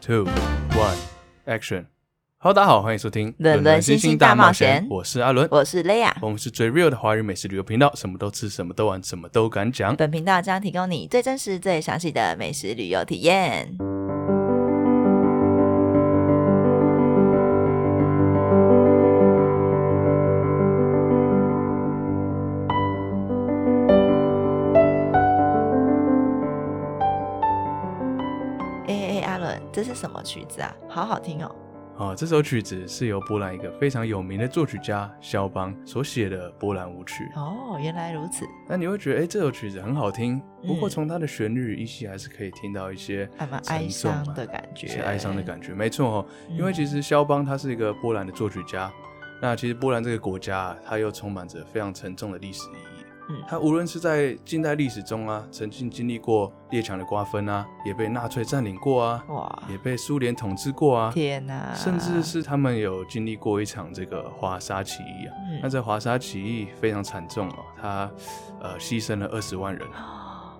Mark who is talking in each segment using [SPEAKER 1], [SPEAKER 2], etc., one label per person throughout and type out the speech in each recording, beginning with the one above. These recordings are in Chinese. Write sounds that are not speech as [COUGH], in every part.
[SPEAKER 1] two, one, action。Hello，大家好，欢迎收听《
[SPEAKER 2] 冷冷星星大冒险
[SPEAKER 1] 我是阿伦，
[SPEAKER 2] 我是 Lea。
[SPEAKER 1] 我们是最 real 的华语美食旅游频道，什么都吃，什么都玩，什么都敢讲。
[SPEAKER 2] 本频道将提供你最真实、最详细的美食旅游体验。哎哎，阿伦，这是什么曲子啊？好好听哦！
[SPEAKER 1] 啊，这首曲子是由波兰一个非常有名的作曲家肖邦所写的波兰舞曲。
[SPEAKER 2] 哦，原来如此。
[SPEAKER 1] 那你会觉得，哎，这首曲子很好听，不过
[SPEAKER 2] 嗯
[SPEAKER 1] 从它的旋律依稀还是可以听到一些
[SPEAKER 2] 还蛮
[SPEAKER 1] 沉
[SPEAKER 2] 哀
[SPEAKER 1] 重啊
[SPEAKER 2] 伤的感觉，嗯
[SPEAKER 1] 一些哀伤的感觉，没错哦。因为其实肖邦他是一个波兰的作曲家，那其实波兰这个国家啊，它又充满着非常沉重的历史意义。
[SPEAKER 2] 嗯
[SPEAKER 1] 它无论是在近代历史中啊，曾经经历过列强的瓜分啊，也被纳粹占领过啊，
[SPEAKER 2] 哇，
[SPEAKER 1] 也被苏联统治过啊，
[SPEAKER 2] 天啊哪！
[SPEAKER 1] 甚至是他们有经历过一场这个华沙起义啊。那
[SPEAKER 2] 嗯，
[SPEAKER 1] 在华沙起义非常惨重哦，他呃牺牲了二十万人，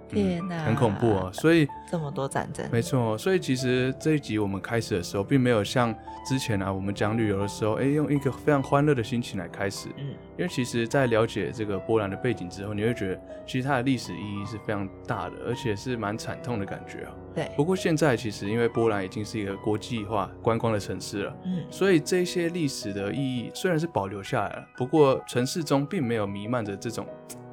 [SPEAKER 2] 天哪，
[SPEAKER 1] 嗯很恐怖哦。！所以
[SPEAKER 2] 这么多战争，
[SPEAKER 1] 没错，所以其实这一集我们开始的时候，并没有像之前啊，我们讲旅游的时候，哎，用一个非常欢乐的心情来开始，
[SPEAKER 2] 嗯
[SPEAKER 1] 因为其实，在了解这个波兰的背景之后，你会觉得其实它的历史意义是非常大的，而且是蛮惨痛的感觉啊。
[SPEAKER 2] 对，
[SPEAKER 1] 不过现在其实因为波兰已经是一个国际化观光的城市了。
[SPEAKER 2] 嗯
[SPEAKER 1] 所以这些历史的意义虽然是保留下来了，不过城市中并没有弥漫着这种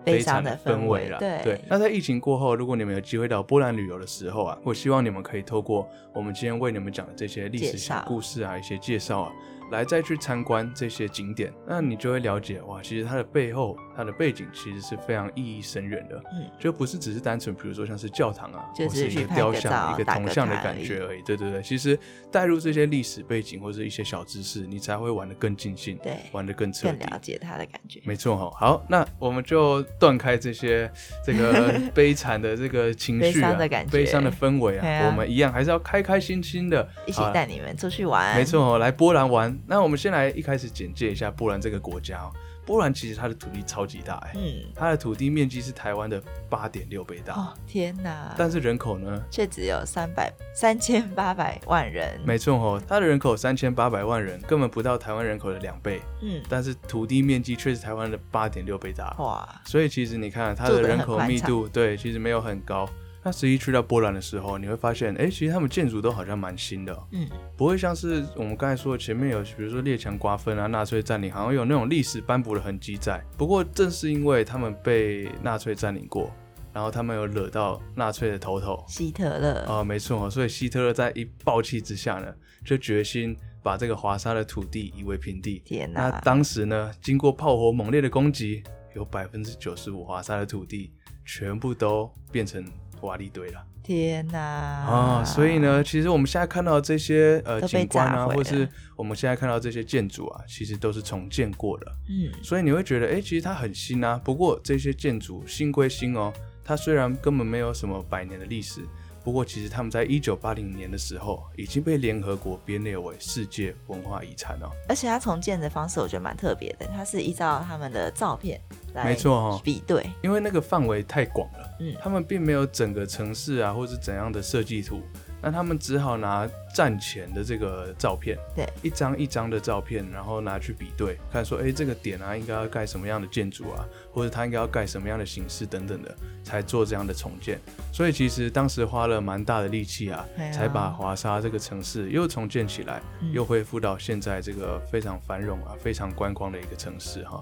[SPEAKER 2] 悲
[SPEAKER 1] 伤
[SPEAKER 2] 伤
[SPEAKER 1] 的
[SPEAKER 2] 的
[SPEAKER 1] 氛
[SPEAKER 2] 氛围
[SPEAKER 1] 啦。
[SPEAKER 2] 对
[SPEAKER 1] 那在疫情过后，如果你们有机会到波兰旅游的时候啊，我希望你们可以透过我们今天为你们讲的这些历史
[SPEAKER 2] 介
[SPEAKER 1] 小
[SPEAKER 2] 绍
[SPEAKER 1] 故事啊、一些介绍啊，来再去参观这些景点，那你就会了解哇，其实它的背后、它的背景其实是非常意义深远的。
[SPEAKER 2] 嗯，
[SPEAKER 1] 就不是只是单纯，比如说像是教堂啊，
[SPEAKER 2] 就
[SPEAKER 1] 或是
[SPEAKER 2] 只是
[SPEAKER 1] 一个
[SPEAKER 2] 去拍
[SPEAKER 1] 雕
[SPEAKER 2] 个
[SPEAKER 1] 像、
[SPEAKER 2] 照
[SPEAKER 1] 一个
[SPEAKER 2] 打
[SPEAKER 1] 铜
[SPEAKER 2] 个
[SPEAKER 1] 像的
[SPEAKER 2] 卡
[SPEAKER 1] 感
[SPEAKER 2] 而已
[SPEAKER 1] 觉而已。对对对，其实带入这些历史背景或是一些小知识，你才会玩得更尽兴，
[SPEAKER 2] 对
[SPEAKER 1] 玩得更彻
[SPEAKER 2] 更
[SPEAKER 1] 底。
[SPEAKER 2] 了解他的感觉。
[SPEAKER 1] 没错哈，好，那我们就断开这些这
[SPEAKER 2] [LAUGHS]
[SPEAKER 1] 个悲惨的这个情绪
[SPEAKER 2] 悲
[SPEAKER 1] 啊
[SPEAKER 2] 伤的感，觉
[SPEAKER 1] 悲伤的氛围
[SPEAKER 2] 对
[SPEAKER 1] 啊，
[SPEAKER 2] 啊
[SPEAKER 1] 我们一样还是要开开心心的
[SPEAKER 2] 一起
[SPEAKER 1] 好啦啊
[SPEAKER 2] 带你们出去玩，
[SPEAKER 1] 没，错哦，来波兰玩。那我们先来一开始简介一下波兰这个国家哦。波兰其实它的土地超级大哎、
[SPEAKER 2] 嗯，
[SPEAKER 1] 它的土地面积是台湾的八点六倍大，
[SPEAKER 2] 哦，天哪！
[SPEAKER 1] 但是人口呢？
[SPEAKER 2] 却只有三百三千八百万人，
[SPEAKER 1] 没错哦，它的人口三千八百万人，根本不到台湾人口的两倍，
[SPEAKER 2] 嗯，
[SPEAKER 1] 但是土地面积却是台湾的八点六倍大。
[SPEAKER 2] 哇，
[SPEAKER 1] 所以其实你看它啊
[SPEAKER 2] 住
[SPEAKER 1] 的
[SPEAKER 2] 哦得
[SPEAKER 1] 人
[SPEAKER 2] 很
[SPEAKER 1] 口
[SPEAKER 2] 宽
[SPEAKER 1] 密
[SPEAKER 2] 敞
[SPEAKER 1] 度，对，其实没有很高。那实际去到波兰的时候，你会发现，哎，其实他们建筑都好像蛮新的哦、
[SPEAKER 2] 嗯，
[SPEAKER 1] 不会像是我们刚才说的前面有，比如说列强瓜分啊、纳粹占领，好像有那种历史斑驳的痕迹在。不过正是因为他们被纳粹占领过，然后他们有惹到纳粹的头头，
[SPEAKER 2] 希特勒，
[SPEAKER 1] 啊、没错哦，所以希特勒在一暴气之下呢，就决心把这个华沙的土地夷为平地。
[SPEAKER 2] 天
[SPEAKER 1] 那
[SPEAKER 2] 哪，
[SPEAKER 1] 当时呢，经过炮火猛烈的攻击，有百分之九十五华沙的土地全部都变成瓦砾堆了
[SPEAKER 2] 天哪！
[SPEAKER 1] 啊、
[SPEAKER 2] 啊
[SPEAKER 1] 所以，呢，其实我们现在看到这些呃
[SPEAKER 2] 都被
[SPEAKER 1] 景观
[SPEAKER 2] 炸
[SPEAKER 1] 啊，
[SPEAKER 2] 毁
[SPEAKER 1] 或是
[SPEAKER 2] 了
[SPEAKER 1] 我们现在看到这些建筑啊，其实都是重建过的。
[SPEAKER 2] 嗯，
[SPEAKER 1] 所以你会觉得，哎、其实它很新啊。不过这些建筑新归新哦，它虽然根本没有什么百年的历史，不过其实他们在一九八零年的时候已经被联合国编列为世界文化遗产哦。
[SPEAKER 2] 而且它重建的方式我觉得蛮特别的，它是依照他们的照片来
[SPEAKER 1] 没错哦
[SPEAKER 2] 比对，
[SPEAKER 1] 因为那个范围太广了，
[SPEAKER 2] 嗯
[SPEAKER 1] 他们并没有整个城市啊，或是怎样的设计图，那他们只好拿战前的这个照片，
[SPEAKER 2] 对，
[SPEAKER 1] 一张一张的照片，然后拿去比对，看说，哎，这个点啊，应该要盖什么样的建筑啊，或者它应该要盖什么样的形式等等的，才做这样的重建。所以其实当时花了蛮大的力气啊，
[SPEAKER 2] 对啊
[SPEAKER 1] 才把华沙这个城市又重建起来，
[SPEAKER 2] 嗯
[SPEAKER 1] 又恢复到现在这个非常繁荣啊、非常观光的一个城市哈、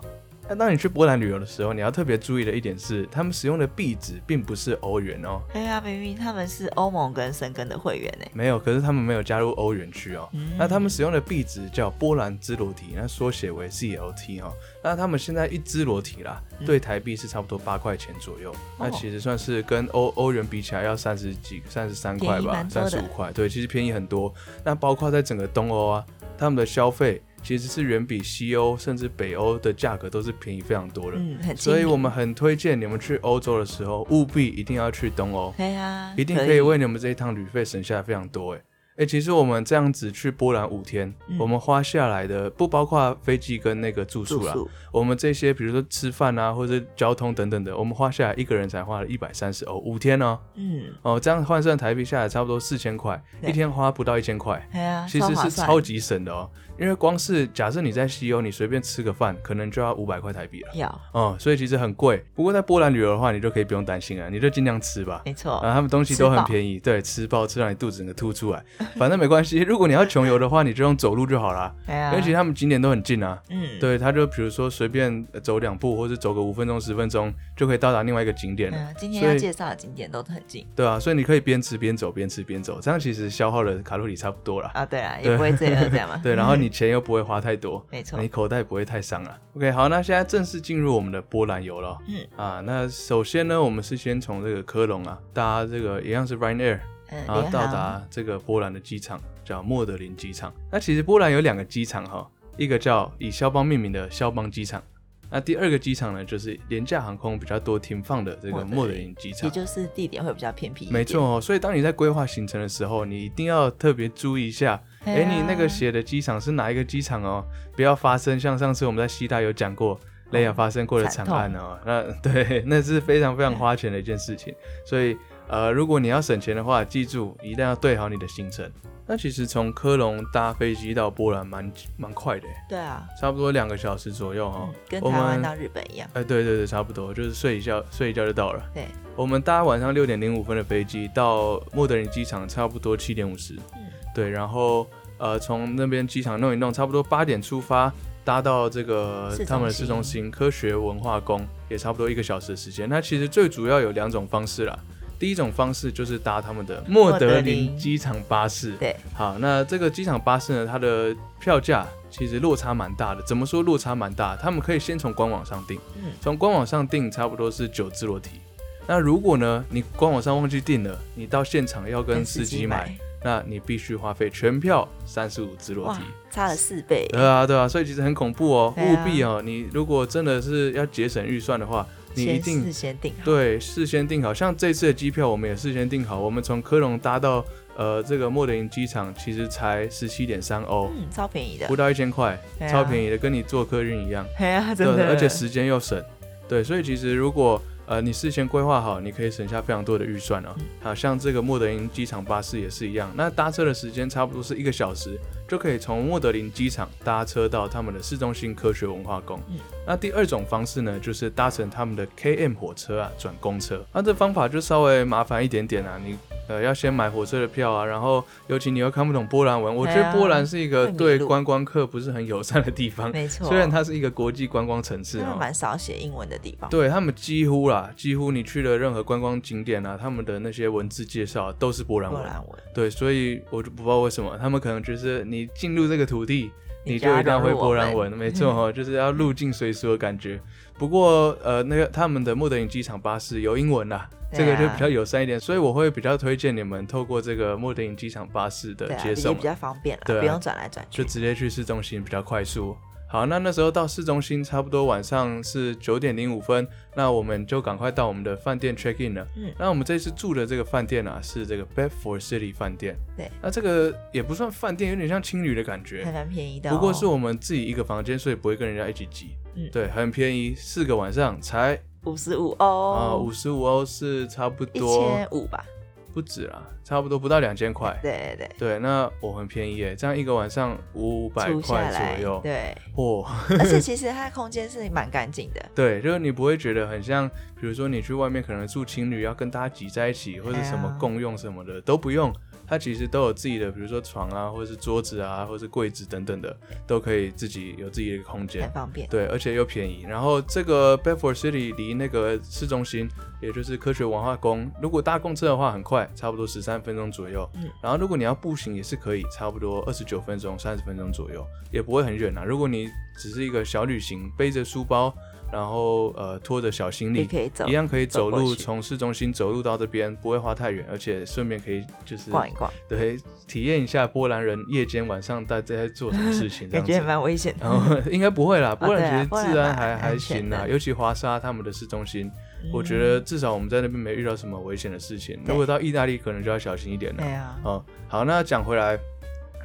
[SPEAKER 1] 那当你去波兰旅游的时候，你要特别注意的一点是，他们使用的币值并不是欧元哦，
[SPEAKER 2] 哎呀，明明他们是欧盟跟申根的会员呢，
[SPEAKER 1] 没有，可是他们没有加入欧元区哦。
[SPEAKER 2] 嗯
[SPEAKER 1] 那他们使用的币值叫波兰兹罗提，那缩写为 CLT 哦。那他们现在一兹罗提啦，
[SPEAKER 2] 嗯
[SPEAKER 1] 对台币是差不多八块钱左右，
[SPEAKER 2] 哦
[SPEAKER 1] 那其实算是跟欧欧元比起来要三十几、三十三块
[SPEAKER 2] 便宜
[SPEAKER 1] 吧，
[SPEAKER 2] 蛮多
[SPEAKER 1] 三
[SPEAKER 2] 的
[SPEAKER 1] 十五块，对，其实便宜很多。那包括在整个东欧啊，他们的消费其实是远比西欧甚至北欧的价格都是便宜非常多的。
[SPEAKER 2] 嗯，很亲
[SPEAKER 1] 所以
[SPEAKER 2] 民，
[SPEAKER 1] 我们很推荐你们去欧洲的时候，务必一定要去东欧，
[SPEAKER 2] 对呀，
[SPEAKER 1] 一定可以为你们这一趟旅费省下非常多哎。哎、其实我们这样子去波兰五天，
[SPEAKER 2] 嗯
[SPEAKER 1] 我们花下来的不包括飞机跟那个住宿
[SPEAKER 2] 住
[SPEAKER 1] 啦，
[SPEAKER 2] 宿
[SPEAKER 1] 我们这些比如说吃饭啊，或者是交通等等的，我们花下来一个人才花了一百三十欧，五天哦，
[SPEAKER 2] 嗯，
[SPEAKER 1] 哦，这样换算台币下来差不多四千块，
[SPEAKER 2] 对
[SPEAKER 1] 一天花不到一千块。
[SPEAKER 2] 哎呀，
[SPEAKER 1] 其实
[SPEAKER 2] 划
[SPEAKER 1] 是
[SPEAKER 2] 算
[SPEAKER 1] 超级省的哦，因为光是假设你在西欧，你随便吃个饭，可能就要五百块台币了。
[SPEAKER 2] 要，
[SPEAKER 1] 哦，所以其实很贵。不过在波兰旅游的话，你就可以不用担心了，你就尽量吃吧。
[SPEAKER 2] 没错，
[SPEAKER 1] 啊，他们东西都
[SPEAKER 2] 吃
[SPEAKER 1] 很
[SPEAKER 2] 饱
[SPEAKER 1] 便宜，对，吃饱吃到你肚子整个凸出来， [LAUGHS] 反正没关系。如果你要穷游的话，你就用走路就好啦，
[SPEAKER 2] 哎
[SPEAKER 1] 因
[SPEAKER 2] 呀，
[SPEAKER 1] 为其实他们景点都很近啊。
[SPEAKER 2] 嗯，
[SPEAKER 1] 对，他就比如说随便呃走两步，或者走个五分钟、十分钟，就可以到达另外一个景点了
[SPEAKER 2] 嗯，。今天
[SPEAKER 1] 所
[SPEAKER 2] 要
[SPEAKER 1] 以
[SPEAKER 2] 介绍的景点都很近
[SPEAKER 1] 对啊，所以你可以边吃边走，边吃边走，这样其实消耗的卡路里差不多啦。
[SPEAKER 2] 啊，对啊，也
[SPEAKER 1] 对
[SPEAKER 2] 不会罪恶这样嘛
[SPEAKER 1] [LAUGHS] ，对，然后你钱又不会花太多，
[SPEAKER 2] [LAUGHS] 没错
[SPEAKER 1] 你口袋不会太伤了。OK，好，那现在正式进入我们的波兰游了。
[SPEAKER 2] 嗯
[SPEAKER 1] 啊，那首先呢，我们是先从这个科隆啊，搭这个一样是 Ryanair，
[SPEAKER 2] 嗯，
[SPEAKER 1] 然后
[SPEAKER 2] 联
[SPEAKER 1] 啊到
[SPEAKER 2] 航
[SPEAKER 1] 达这个波兰的机场，叫莫德林机场。那其实波兰有两个机场哈，一个叫以肖邦命名的肖邦机场，那第二个机场呢，就是廉价航空比较多停放的这个莫
[SPEAKER 2] 莫
[SPEAKER 1] 德
[SPEAKER 2] 德林
[SPEAKER 1] 林机场
[SPEAKER 2] 也。就是地点会比较偏僻一点，
[SPEAKER 1] 没错哦，所以当你在规划行程的时候，你一定要特别注意一下，哎、
[SPEAKER 2] 哎呀
[SPEAKER 1] 你那个写的机场是哪一个机场哦？不要发生像上次我们在西大有讲过雷亚发生过的惨
[SPEAKER 2] 哦惨哎
[SPEAKER 1] 案哦。那 [LAUGHS] 对，那是非常非常花钱的一件事情。所以呃，如果你要省钱的话，记住一定要对好你的行程。那其实从科隆搭飞机到波兰蛮蛮快的耶，
[SPEAKER 2] 对啊，
[SPEAKER 1] 差不多两个小时左右哦
[SPEAKER 2] 嗯。跟
[SPEAKER 1] 我
[SPEAKER 2] 台湾
[SPEAKER 1] 们
[SPEAKER 2] 到日本一样，
[SPEAKER 1] 哎、对对对，差不多，就是睡一觉，睡一觉就到了。
[SPEAKER 2] 对，
[SPEAKER 1] 我们搭晚上六点零五分的飞机到莫德林机场，差不多七点五十。
[SPEAKER 2] 嗯
[SPEAKER 1] 对，然后呃，从那边机场弄一弄，差不多八点出发，搭到这个
[SPEAKER 2] 市中心
[SPEAKER 1] 他们的市中心科学文化宫，也差不多一个小时的时间。那其实最主要有两种方式啦。第一种方式就是搭他们的莫德
[SPEAKER 2] 德
[SPEAKER 1] 林
[SPEAKER 2] 林
[SPEAKER 1] 机场巴士。
[SPEAKER 2] 对，
[SPEAKER 1] 好，那这个机场巴士呢，它的票价其实落差蛮大的。怎么说落差蛮大？他们可以先从官网上订，
[SPEAKER 2] 嗯
[SPEAKER 1] 从官网上订差不多是九自罗提。那如果呢，你官网上忘记订了，你到现场要跟司机买，，那你必须花费全票三十五自罗
[SPEAKER 2] 哇
[SPEAKER 1] 提。，
[SPEAKER 2] 差了四倍，
[SPEAKER 1] 对啊，对啊，所以其实很恐怖哦，
[SPEAKER 2] 对啊
[SPEAKER 1] 务必哦，你如果真的是要节省预算的话，你一
[SPEAKER 2] 先
[SPEAKER 1] 定
[SPEAKER 2] 事先定好，
[SPEAKER 1] 对，事先订好。像这次的机票，我们也事先订好。我们从科隆搭到呃这个莫德林机场，其实才十七点三欧，
[SPEAKER 2] 嗯，超便宜的
[SPEAKER 1] 不，到一千块，
[SPEAKER 2] 对啊
[SPEAKER 1] 超便宜的，跟你坐客运一样。
[SPEAKER 2] 哎呀，真的，
[SPEAKER 1] 而且啊时间又省。对，所以其实如果呃你事先规划好，你可以省下非常多的预算哦。好、像这个莫德林机场巴士也是一样，那搭车的时间差不多是一个小时，就可以从莫德林机场搭车到他们的市中心科学文化宫。
[SPEAKER 2] 嗯
[SPEAKER 1] 那第二种方式呢，就是搭乘他们的 KM 火车啊转公车，那这方法就稍微麻烦一点点啊，你。呃，要先买火车的票啊，然后尤其你又看不懂波兰文，我觉
[SPEAKER 2] 对
[SPEAKER 1] 得
[SPEAKER 2] 啊
[SPEAKER 1] 波兰是一个
[SPEAKER 2] 会迷
[SPEAKER 1] 对
[SPEAKER 2] 路
[SPEAKER 1] 观光客不是很友善的地方。
[SPEAKER 2] 没错，
[SPEAKER 1] 虽然它是一个国际观光城市
[SPEAKER 2] 他们
[SPEAKER 1] 哦，
[SPEAKER 2] 蛮少写英文的地方，
[SPEAKER 1] 对他们几乎啦，几乎你去了任何观光景点啊，他们的那些文字介绍啊都是波兰
[SPEAKER 2] 波
[SPEAKER 1] 文。
[SPEAKER 2] 兰文，
[SPEAKER 1] 对，所以我就不知道为什么，他们可能就是你进入这个土地，
[SPEAKER 2] 你
[SPEAKER 1] 你
[SPEAKER 2] 就要
[SPEAKER 1] 一定要
[SPEAKER 2] 融
[SPEAKER 1] 会
[SPEAKER 2] 入我
[SPEAKER 1] 波兰
[SPEAKER 2] 们
[SPEAKER 1] 文，没错
[SPEAKER 2] [LAUGHS]
[SPEAKER 1] 哦，就是要入境随俗的感觉。不过呃，那个他们的莫德林机场巴士有英文啦，这
[SPEAKER 2] 对
[SPEAKER 1] 个
[SPEAKER 2] 啊
[SPEAKER 1] 就比较友善一点，所以我会比较推荐你们透过这个莫德林机场巴士的
[SPEAKER 2] 对啊，
[SPEAKER 1] 接
[SPEAKER 2] 也
[SPEAKER 1] 送
[SPEAKER 2] 比
[SPEAKER 1] 啊。
[SPEAKER 2] 较方便了，
[SPEAKER 1] 对啊
[SPEAKER 2] 不用转来转
[SPEAKER 1] 就
[SPEAKER 2] 去，
[SPEAKER 1] 直接去市中心比较快速。好，那那时候到市中心差不多晚上是九点零五分，那我们就赶快到我们的饭店 check in 了。
[SPEAKER 2] 嗯
[SPEAKER 1] 那我们这次住的这个饭店啊，是这个 Bedford City 饭店。
[SPEAKER 2] 对，
[SPEAKER 1] 那这个也不算饭店，有点像青旅的感觉
[SPEAKER 2] 还。蛮便宜的哦，
[SPEAKER 1] 不过是我们自己一个房间，所以不会跟人家一起挤。
[SPEAKER 2] 嗯
[SPEAKER 1] 对，很便宜，四个晚上才
[SPEAKER 2] 五十五
[SPEAKER 1] 啊
[SPEAKER 2] 欧
[SPEAKER 1] 五，十五欧是差不
[SPEAKER 2] 哦一
[SPEAKER 1] 多
[SPEAKER 2] 千五吧，
[SPEAKER 1] 不止啦，差不多不到两千块。
[SPEAKER 2] 对对对，
[SPEAKER 1] 对，那我很便宜耶，这样一个晚上五百
[SPEAKER 2] 除下
[SPEAKER 1] 块
[SPEAKER 2] 来
[SPEAKER 1] 左右。 [LAUGHS]
[SPEAKER 2] 对，
[SPEAKER 1] 哦，
[SPEAKER 2] 而且其实它的空间是蛮干净的，
[SPEAKER 1] 对，就是你不会觉得很像，比如说你去外面可能住情侣要跟大家挤在一起，或者什么
[SPEAKER 2] 哎呀
[SPEAKER 1] 共用什么的、都不用，它其实都有自己的，比如说床啊，或者是桌子啊，或者是柜子等等的，都可以自己有自己的空间
[SPEAKER 2] 很。方便，
[SPEAKER 1] 对，而且又便宜。然后这个 Bedford City 离那个市中心，也就是科学文化宫，如果搭公车的话很快，差不多十三分钟左右。
[SPEAKER 2] 嗯
[SPEAKER 1] 然后如果你要步行也是可以，差不多二十九分钟、三十分钟左右，也不会很远啊。如果你只是一个小旅行，背着书包，然后呃拖着小行
[SPEAKER 2] 也
[SPEAKER 1] 李。
[SPEAKER 2] 可以走
[SPEAKER 1] 一样可以走
[SPEAKER 2] 走
[SPEAKER 1] 路，
[SPEAKER 2] 过去
[SPEAKER 1] 从市中心走路到这边不会花太远，而且顺便可以就是
[SPEAKER 2] 逛一逛，
[SPEAKER 1] 对体验一下波兰人夜间晚上大家在做什么事
[SPEAKER 2] [LAUGHS]
[SPEAKER 1] 情，这
[SPEAKER 2] 感
[SPEAKER 1] 样子嗯
[SPEAKER 2] 觉也蛮危险的
[SPEAKER 1] 然，后 [LAUGHS] 应该不会啦，波
[SPEAKER 2] 对
[SPEAKER 1] 兰
[SPEAKER 2] 啊
[SPEAKER 1] 其实
[SPEAKER 2] 波兰
[SPEAKER 1] 治安
[SPEAKER 2] 蛮
[SPEAKER 1] 还
[SPEAKER 2] 安
[SPEAKER 1] 还
[SPEAKER 2] 全
[SPEAKER 1] 行啦，
[SPEAKER 2] 的嗯
[SPEAKER 1] 尤其华沙他们的市中心，我觉得至少我们在那边没遇到什么危险的事情。如果到意大利，可能就要小心一点了。
[SPEAKER 2] 对啊，
[SPEAKER 1] 嗯，好，那讲回来，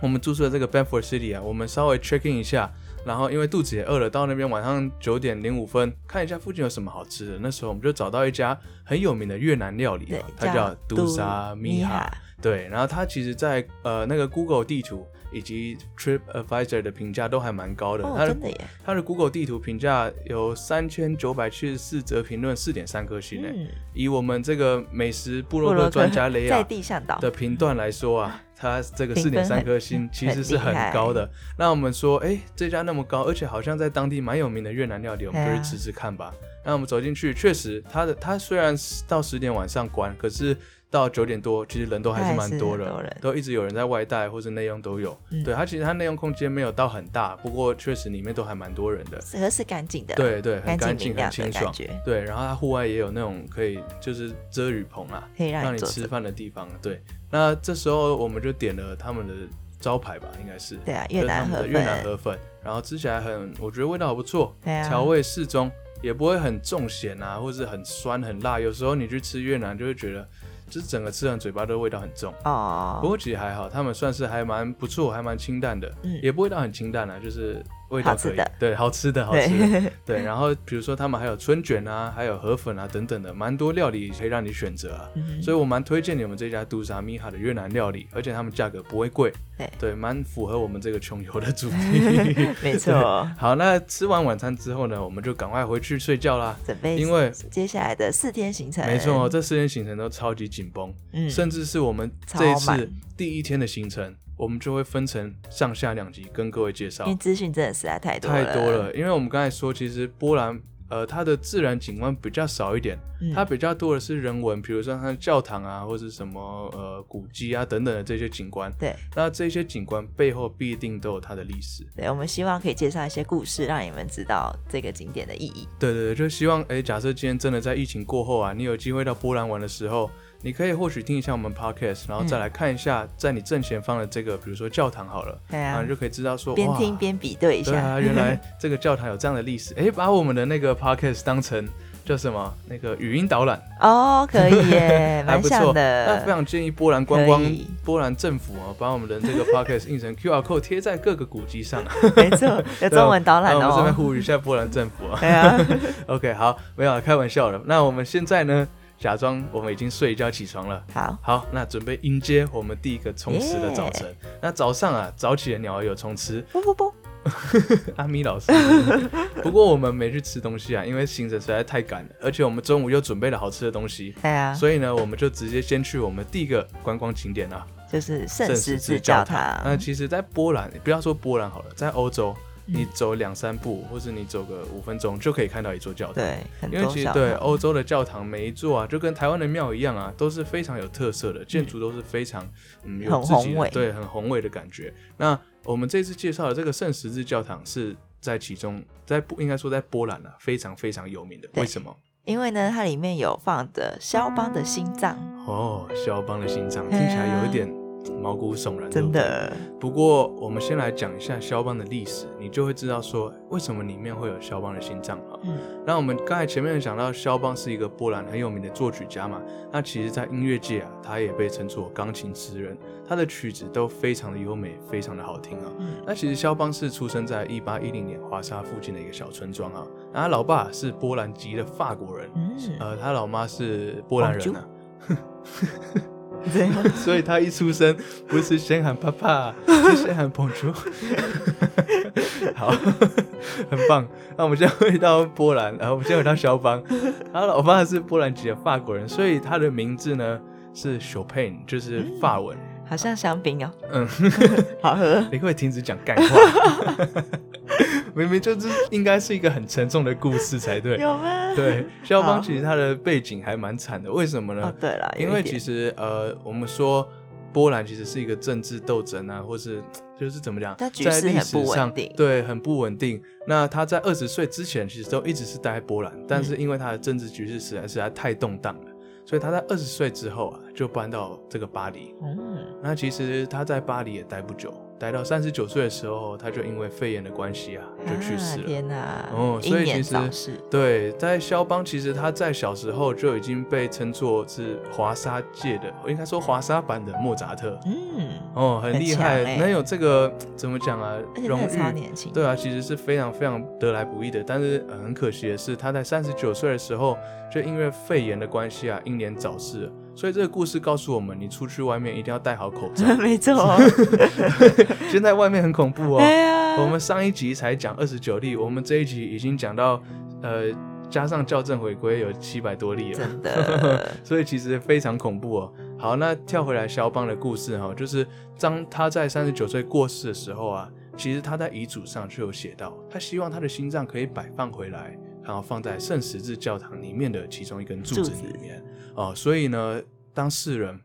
[SPEAKER 1] 我们住宿的这个 Benford City 啊，我们稍微 check in 一下，然后因为肚子也饿了，到那边晚上九点零五分看一下附近有什么好吃的。那时候我们就找到一家很有名的越南料理、
[SPEAKER 2] 对
[SPEAKER 1] 啊，，它叫杜莎米
[SPEAKER 2] 米
[SPEAKER 1] 哈。，对，然后它其实在呃那个 Google 地图以及 Trip Advisor 的评价都还蛮高的，
[SPEAKER 2] 哦，
[SPEAKER 1] 它的
[SPEAKER 2] 真的耶，
[SPEAKER 1] 它的 Google 地图评价有三千九百七十四则评论，四点三颗星呢。
[SPEAKER 2] 嗯，
[SPEAKER 1] 以我们这个美食部落
[SPEAKER 2] 布
[SPEAKER 1] 格
[SPEAKER 2] 洛
[SPEAKER 1] 专
[SPEAKER 2] 克
[SPEAKER 1] 家雷
[SPEAKER 2] 在
[SPEAKER 1] 亚
[SPEAKER 2] 地向导，
[SPEAKER 1] 的评断来说啊，它这个四
[SPEAKER 2] 评
[SPEAKER 1] 点
[SPEAKER 2] 分
[SPEAKER 1] 三
[SPEAKER 2] 很
[SPEAKER 1] 颗星其
[SPEAKER 2] 很
[SPEAKER 1] 实是
[SPEAKER 2] 厉
[SPEAKER 1] 很
[SPEAKER 2] 害
[SPEAKER 1] 高的。那我们说，哎、这家那么高，而且好像在当地蛮有名的越南料理，我们就
[SPEAKER 2] 对啊
[SPEAKER 1] 去吃吃看吧。那我们走进去，确实，它的它虽然是到十点晚上关，可是到九点多，其实人都还是
[SPEAKER 2] 还
[SPEAKER 1] 蛮
[SPEAKER 2] 是
[SPEAKER 1] 多
[SPEAKER 2] 很
[SPEAKER 1] 的，
[SPEAKER 2] 多人
[SPEAKER 1] 都一直有人在外带或是内用都有。
[SPEAKER 2] 嗯
[SPEAKER 1] 对，它其实它内用空间没有到很大，不过确实里面都还蛮多人的。
[SPEAKER 2] 是可是干净的啦，
[SPEAKER 1] 对对，很干
[SPEAKER 2] 干
[SPEAKER 1] 净，
[SPEAKER 2] 净明
[SPEAKER 1] 很
[SPEAKER 2] 亮的
[SPEAKER 1] 清
[SPEAKER 2] 感
[SPEAKER 1] 爽。
[SPEAKER 2] 觉，
[SPEAKER 1] 对，然后它户外也有那种可以就是遮雨棚啊，
[SPEAKER 2] 可以让
[SPEAKER 1] 让
[SPEAKER 2] 你
[SPEAKER 1] 你
[SPEAKER 2] 坐
[SPEAKER 1] 吃
[SPEAKER 2] 着。
[SPEAKER 1] 饭的地方。对，那这时候我们就点了他们的招牌吧，应该是
[SPEAKER 2] 对啊，
[SPEAKER 1] 就
[SPEAKER 2] 越
[SPEAKER 1] 是他
[SPEAKER 2] 南
[SPEAKER 1] 们
[SPEAKER 2] 河
[SPEAKER 1] 的
[SPEAKER 2] 粉，
[SPEAKER 1] 越南河粉，然后吃起来很，我觉得味道还不错，
[SPEAKER 2] 对啊，
[SPEAKER 1] 调味适中，也不会很重咸啊，或是很酸很辣。有时候你去吃越南就会觉得，就是整个吃完嘴巴的味道很重。不
[SPEAKER 2] 哦，
[SPEAKER 1] 过其实还好，他们算是还蛮不错，还蛮清淡的，
[SPEAKER 2] 嗯
[SPEAKER 1] 也不会到很清淡啊，就是味道
[SPEAKER 2] 好吃
[SPEAKER 1] 可以
[SPEAKER 2] 的，
[SPEAKER 1] 对，好吃的，好吃的，
[SPEAKER 2] 对，
[SPEAKER 1] [LAUGHS] 对。然后比如说他们还有春卷啊，还有河粉啊等等的，蛮多料理可以让你选择啊。
[SPEAKER 2] 嗯
[SPEAKER 1] 所以我蛮推荐你们这家杜莎米哈的越南料理，而且他们价格不会贵，
[SPEAKER 2] 对
[SPEAKER 1] 蛮符合我们这个穷游的主题。
[SPEAKER 2] [LAUGHS]
[SPEAKER 1] [LAUGHS]
[SPEAKER 2] 没错，
[SPEAKER 1] 好，那吃完晚餐之后呢，我们就赶快回去睡觉啦。
[SPEAKER 2] 准备
[SPEAKER 1] 因为
[SPEAKER 2] 接下来的四天行程，
[SPEAKER 1] 没错哦，，这四天行程都超级紧绷，
[SPEAKER 2] 嗯，
[SPEAKER 1] 甚至是我们这一
[SPEAKER 2] 超
[SPEAKER 1] 次
[SPEAKER 2] 满
[SPEAKER 1] 第一天的行程，我们就会分成上下两集跟各位介绍
[SPEAKER 2] 因为。资讯真的实在太多
[SPEAKER 1] 太多
[SPEAKER 2] 了，
[SPEAKER 1] 了，因为我们刚才说，其实波兰呃它的自然景观比较少一点，
[SPEAKER 2] 嗯
[SPEAKER 1] 它比较多的是人文，比如说像教堂啊，或是什么呃古迹啊等等的这些景观。
[SPEAKER 2] 对
[SPEAKER 1] 那这些景观背后必定都有它的历史。
[SPEAKER 2] 对，我们希望可以介绍一些故事，让你们知道这个景点的意义。
[SPEAKER 1] 对对对，就希望诶，假设今天真的在疫情过后啊，你有机会到波兰玩的时候，你可以或许听一下我们
[SPEAKER 2] 嗯
[SPEAKER 1] podcast，然后再来看一下在你正前方的这个，比如说教堂好了，
[SPEAKER 2] 对
[SPEAKER 1] 然
[SPEAKER 2] 啊
[SPEAKER 1] 后你，就可以知道说
[SPEAKER 2] 边
[SPEAKER 1] 哇
[SPEAKER 2] 听边比对一
[SPEAKER 1] 对
[SPEAKER 2] 下，
[SPEAKER 1] 啊，原
[SPEAKER 2] [LAUGHS]
[SPEAKER 1] 来这个教堂有这样的历史。诶，把我们的那个 podcast 当成叫什么？那个语音导览，
[SPEAKER 2] 哦，可以耶，
[SPEAKER 1] [LAUGHS] 还
[SPEAKER 2] 蛮
[SPEAKER 1] 不错。
[SPEAKER 2] 像
[SPEAKER 1] 那非
[SPEAKER 2] 的，
[SPEAKER 1] 常建议波兰观光
[SPEAKER 2] 可以、
[SPEAKER 1] 波兰政府啊，把我们的这个 podcast 印成 QR code 贴在各个古迹上。
[SPEAKER 2] 没错， [LAUGHS] 有
[SPEAKER 1] [LAUGHS]
[SPEAKER 2] 中文导览
[SPEAKER 1] 啊那我们这边
[SPEAKER 2] 哦。
[SPEAKER 1] 呼吁一下波兰政府啊。
[SPEAKER 2] 对啊，
[SPEAKER 1] OK，好，没有啊开玩笑的。那我们现在呢，假装我们已经睡一觉起床了。
[SPEAKER 2] 好，
[SPEAKER 1] 好，那准备迎接我们第一个充实的早晨。那早上啊，早起的鸟儿有虫吃，
[SPEAKER 2] 不不不，
[SPEAKER 1] 阿咪老师。 [LAUGHS] 不过我们没去吃东西啊，因为行程实在太赶了，而且我们中午又准备了好吃的东西，
[SPEAKER 2] 对啊，
[SPEAKER 1] 所以呢，我们就直接先去我们第一个观光景点啊，
[SPEAKER 2] 就是圣
[SPEAKER 1] 圣
[SPEAKER 2] 十
[SPEAKER 1] 十字
[SPEAKER 2] 字
[SPEAKER 1] 教
[SPEAKER 2] 教
[SPEAKER 1] 堂。哎那
[SPEAKER 2] 堂，
[SPEAKER 1] 其实，在波兰，不要说波兰好了，在欧洲，
[SPEAKER 2] 嗯
[SPEAKER 1] 你走两三步，或是你走个五分钟，就可以看到一座教堂。
[SPEAKER 2] 对，很
[SPEAKER 1] 因为
[SPEAKER 2] 多
[SPEAKER 1] 其实
[SPEAKER 2] 教
[SPEAKER 1] 对
[SPEAKER 2] 堂，
[SPEAKER 1] 欧洲的教堂每一座啊，就跟台湾的庙一样啊，都是非常有特色的，建筑都是非常嗯有
[SPEAKER 2] 很
[SPEAKER 1] 自己的
[SPEAKER 2] 宏伟
[SPEAKER 1] 对，很宏伟的感觉。那我们这次介绍的这个圣十字教堂是在其中，在波应该说在波兰啊，非常非常有名的。
[SPEAKER 2] 对
[SPEAKER 1] 为什么？
[SPEAKER 2] 因为呢，它里面有放的肖邦的心脏，
[SPEAKER 1] 哦，肖邦的心脏听
[SPEAKER 2] 对啊
[SPEAKER 1] 起来有一点毛骨悚然，对
[SPEAKER 2] 真
[SPEAKER 1] 不对。
[SPEAKER 2] 的，
[SPEAKER 1] 不过我们先来讲一下肖邦的历史，你就会知道说为什么里面会有肖邦的心脏啊。
[SPEAKER 2] 嗯，
[SPEAKER 1] 那我们刚才前面有讲到，肖邦是一个波兰很有名的作曲家嘛。那其实，在音乐界啊，他也被称作钢琴诗人，他的曲子都非常的优美，非常的好听啊。
[SPEAKER 2] 嗯
[SPEAKER 1] 那其实肖邦是出生在一八一零年华沙附近的一个小村庄啊。那他老爸是波兰籍的法国人，
[SPEAKER 2] 嗯，
[SPEAKER 1] 呃，他老妈是波兰人啊，[LAUGHS]
[SPEAKER 2] 对，
[SPEAKER 1] 所以他一出生不是先喊爸
[SPEAKER 2] [LAUGHS]
[SPEAKER 1] 爸，是先喊捧球。 [LAUGHS] 好，很棒。那我们现在回到波兰，呃然后我们现在回到肖邦，他老爸是波兰籍的法国人，所以他的名字呢是 Chopin，就是
[SPEAKER 2] 嗯
[SPEAKER 1] 法文。
[SPEAKER 2] 好像香槟哦，
[SPEAKER 1] 嗯，
[SPEAKER 2] [LAUGHS] 好喝，
[SPEAKER 1] 你可不可以停止讲干
[SPEAKER 2] [LAUGHS]
[SPEAKER 1] 话？明明就是应该是一个很沉重的故事才对。
[SPEAKER 2] 有吗？
[SPEAKER 1] 对，肖邦
[SPEAKER 2] 好
[SPEAKER 1] 其实他的背景还蛮惨的，为什么呢？
[SPEAKER 2] 哦，对了，
[SPEAKER 1] 因为其
[SPEAKER 2] 实
[SPEAKER 1] 实呃，我们说波兰其实是一个政治斗争啊，或是就是怎么讲，
[SPEAKER 2] 它局
[SPEAKER 1] 在
[SPEAKER 2] 势
[SPEAKER 1] 历
[SPEAKER 2] 很
[SPEAKER 1] 史
[SPEAKER 2] 不稳
[SPEAKER 1] 上
[SPEAKER 2] 定
[SPEAKER 1] 对很不稳定。那他在二十岁之前其实都一直是待在波兰，但
[SPEAKER 2] 嗯
[SPEAKER 1] 是因为他的政治局势实在实在太动荡了，所以他在二十岁之后啊就搬到这个巴黎。
[SPEAKER 2] 嗯，
[SPEAKER 1] 那其实他在巴黎也待不久，待到三十九岁的时候，他就因为肺炎的关系啊，就去世
[SPEAKER 2] 啊、
[SPEAKER 1] 了。
[SPEAKER 2] 天哪，
[SPEAKER 1] 哦所
[SPEAKER 2] 英
[SPEAKER 1] 以
[SPEAKER 2] 年
[SPEAKER 1] 其实
[SPEAKER 2] 早逝，
[SPEAKER 1] 对，在肖邦其实他在小时候就已经被称作是华沙界的，应该说华沙版的莫扎特。
[SPEAKER 2] 嗯，
[SPEAKER 1] 哦，很
[SPEAKER 2] 很
[SPEAKER 1] 厉
[SPEAKER 2] 强
[SPEAKER 1] 害，
[SPEAKER 2] 欸
[SPEAKER 1] 能有这个怎么讲啊
[SPEAKER 2] 而？且
[SPEAKER 1] 荣
[SPEAKER 2] 他超
[SPEAKER 1] 誉，
[SPEAKER 2] 年轻，
[SPEAKER 1] 对啊，其实是非常非常得来不易的。但是呃很可惜的是，他在三十九岁的时候，就因为肺炎的关系啊，英年早逝了。所以这个故事告诉我们，你出去外面一定要戴好口罩。
[SPEAKER 2] [LAUGHS] 没错，
[SPEAKER 1] 现在外面很恐怖哦。
[SPEAKER 2] 哎呀，
[SPEAKER 1] [LAUGHS] 我们上一集才讲二十九例，我们这一集已经讲到，呃，加上校正回归有七百多例了，
[SPEAKER 2] 真的
[SPEAKER 1] [LAUGHS] 所以其实非常恐怖哦。好，那跳回来肖邦的故事哈、哦，就是当他在三十九岁过世的时候啊，其实他在遗嘱上就有写到，他希望他的心脏可以摆放回来，然后放在圣十字教堂里面的其中一根柱
[SPEAKER 2] 柱
[SPEAKER 1] 子
[SPEAKER 2] 子
[SPEAKER 1] 里面哦。所以呢，当世人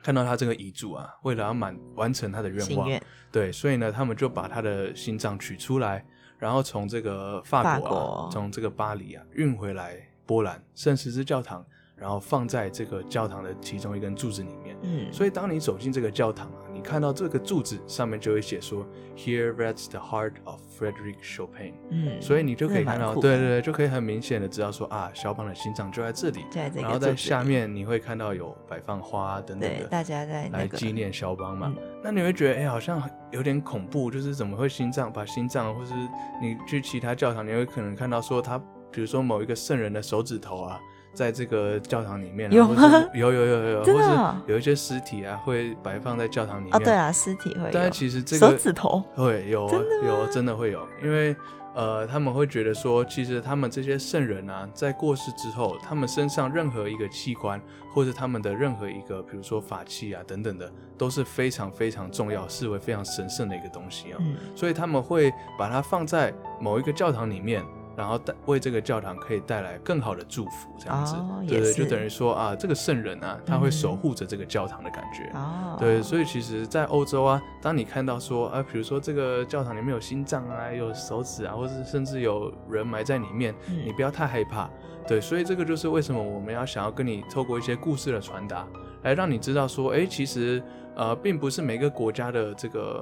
[SPEAKER 1] 看到他这个遗嘱啊，为了要满完成他的愿
[SPEAKER 2] 心
[SPEAKER 1] 望，
[SPEAKER 2] 愿，
[SPEAKER 1] 对，所以呢，他们就把他的心脏取出来，然后从这个法
[SPEAKER 2] 法
[SPEAKER 1] 国、啊
[SPEAKER 2] 国，
[SPEAKER 1] 从这个巴黎啊运回来波兰圣十字教堂，然后放在这个教堂的其中一根柱子里面。
[SPEAKER 2] 嗯，
[SPEAKER 1] 所以，当你走进这个教堂啊，你看到这个柱子上面就会写说，Here rests the heart of Frederick Chopin。
[SPEAKER 2] 嗯，
[SPEAKER 1] 所以你就可以
[SPEAKER 2] 那
[SPEAKER 1] 看
[SPEAKER 2] 蛮
[SPEAKER 1] 到，
[SPEAKER 2] 酷
[SPEAKER 1] 对
[SPEAKER 2] 的
[SPEAKER 1] 对对，就可以很明显的知道说啊，肖邦的心脏就在这里。
[SPEAKER 2] 就在这
[SPEAKER 1] 然
[SPEAKER 2] 个
[SPEAKER 1] 后在
[SPEAKER 2] 柱子
[SPEAKER 1] 下
[SPEAKER 2] 里
[SPEAKER 1] 面你会看到有摆放花啊等等
[SPEAKER 2] 对
[SPEAKER 1] 的，
[SPEAKER 2] 大家在那
[SPEAKER 1] 来
[SPEAKER 2] 个嗯
[SPEAKER 1] 纪念肖邦嘛。那你会觉得，哎、好像有点恐怖，就是怎么会心脏把心脏，或是你去其他教堂，你会可能看到说他，比如说某一个圣人的手指头啊，在这个教堂里面啊、
[SPEAKER 2] 有
[SPEAKER 1] 或
[SPEAKER 2] 吗
[SPEAKER 1] 是有有有有有，
[SPEAKER 2] 真的
[SPEAKER 1] 或
[SPEAKER 2] 哦
[SPEAKER 1] 是有一些尸体啊，会摆放在教堂里面。
[SPEAKER 2] 哦，对啊，尸体会有，
[SPEAKER 1] 但是其实这个
[SPEAKER 2] 手指头，
[SPEAKER 1] 会有
[SPEAKER 2] 真的吗
[SPEAKER 1] 有真的会有，因为呃，他们会觉得说，其实他们这些圣人啊，在过世之后，他们身上任何一个器官，或者他们的任何一个，比如说法器啊等等的，都是非常非常重要，视为非常神圣的一个东西哦。
[SPEAKER 2] 嗯，
[SPEAKER 1] 所以他们会把它放在某一个教堂里面，然后带为这个教堂可以带来更好的祝福，这样子，
[SPEAKER 2] 哦
[SPEAKER 1] 对
[SPEAKER 2] 也
[SPEAKER 1] 对，
[SPEAKER 2] 是嗯
[SPEAKER 1] 就等于说啊，这个圣人啊，他会守护着这个教堂的感觉。
[SPEAKER 2] 哦，
[SPEAKER 1] 对，所以其实，在欧洲啊，当你看到说啊，比如说这个教堂里面有心脏啊，有手指啊，或是甚至有人埋在里面，
[SPEAKER 2] 嗯
[SPEAKER 1] 你不要太害怕。对，所以这个就是为什么我们要想要跟你透过一些故事的传达，来让你知道说，哎，其实呃，并不是每个国家的这个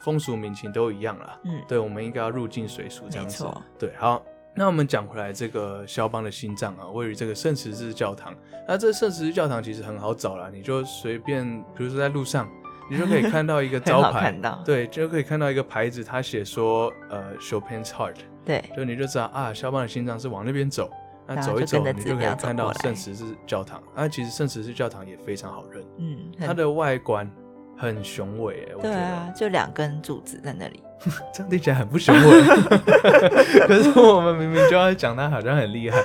[SPEAKER 1] 风俗民情都一样啦。
[SPEAKER 2] 嗯，
[SPEAKER 1] 对，我们应该要入境随俗这样
[SPEAKER 2] 没
[SPEAKER 1] 子。
[SPEAKER 2] 错，
[SPEAKER 1] 对，好，那我们讲回来这个肖邦的心脏啊，位于这个圣十字教堂。那这圣十字教堂其实很好找啦，你就随便，比如说在路上，你就可以看到一个招
[SPEAKER 2] [LAUGHS] 很好
[SPEAKER 1] 牌
[SPEAKER 2] 看，到，
[SPEAKER 1] 对，就可以看到一个牌子，它写说呃 Chopin's Heart，
[SPEAKER 2] 对，
[SPEAKER 1] 就你就知道啊，肖邦的心脏是往那边走。那
[SPEAKER 2] 然后
[SPEAKER 1] 走一
[SPEAKER 2] 就
[SPEAKER 1] 走，
[SPEAKER 2] 跟着
[SPEAKER 1] 你
[SPEAKER 2] 指
[SPEAKER 1] 就可以
[SPEAKER 2] 标走
[SPEAKER 1] 看到
[SPEAKER 2] 过来
[SPEAKER 1] 圣十字教堂。那其实圣十字教堂也非常好认，
[SPEAKER 2] 嗯，很
[SPEAKER 1] 它的外观很雄伟、欸，我觉
[SPEAKER 2] 对
[SPEAKER 1] 得。
[SPEAKER 2] 啊，就两根柱子在那里，
[SPEAKER 1] 这样听起来很不雄伟， [LAUGHS] 可是我们明明就要讲他好像很厉害，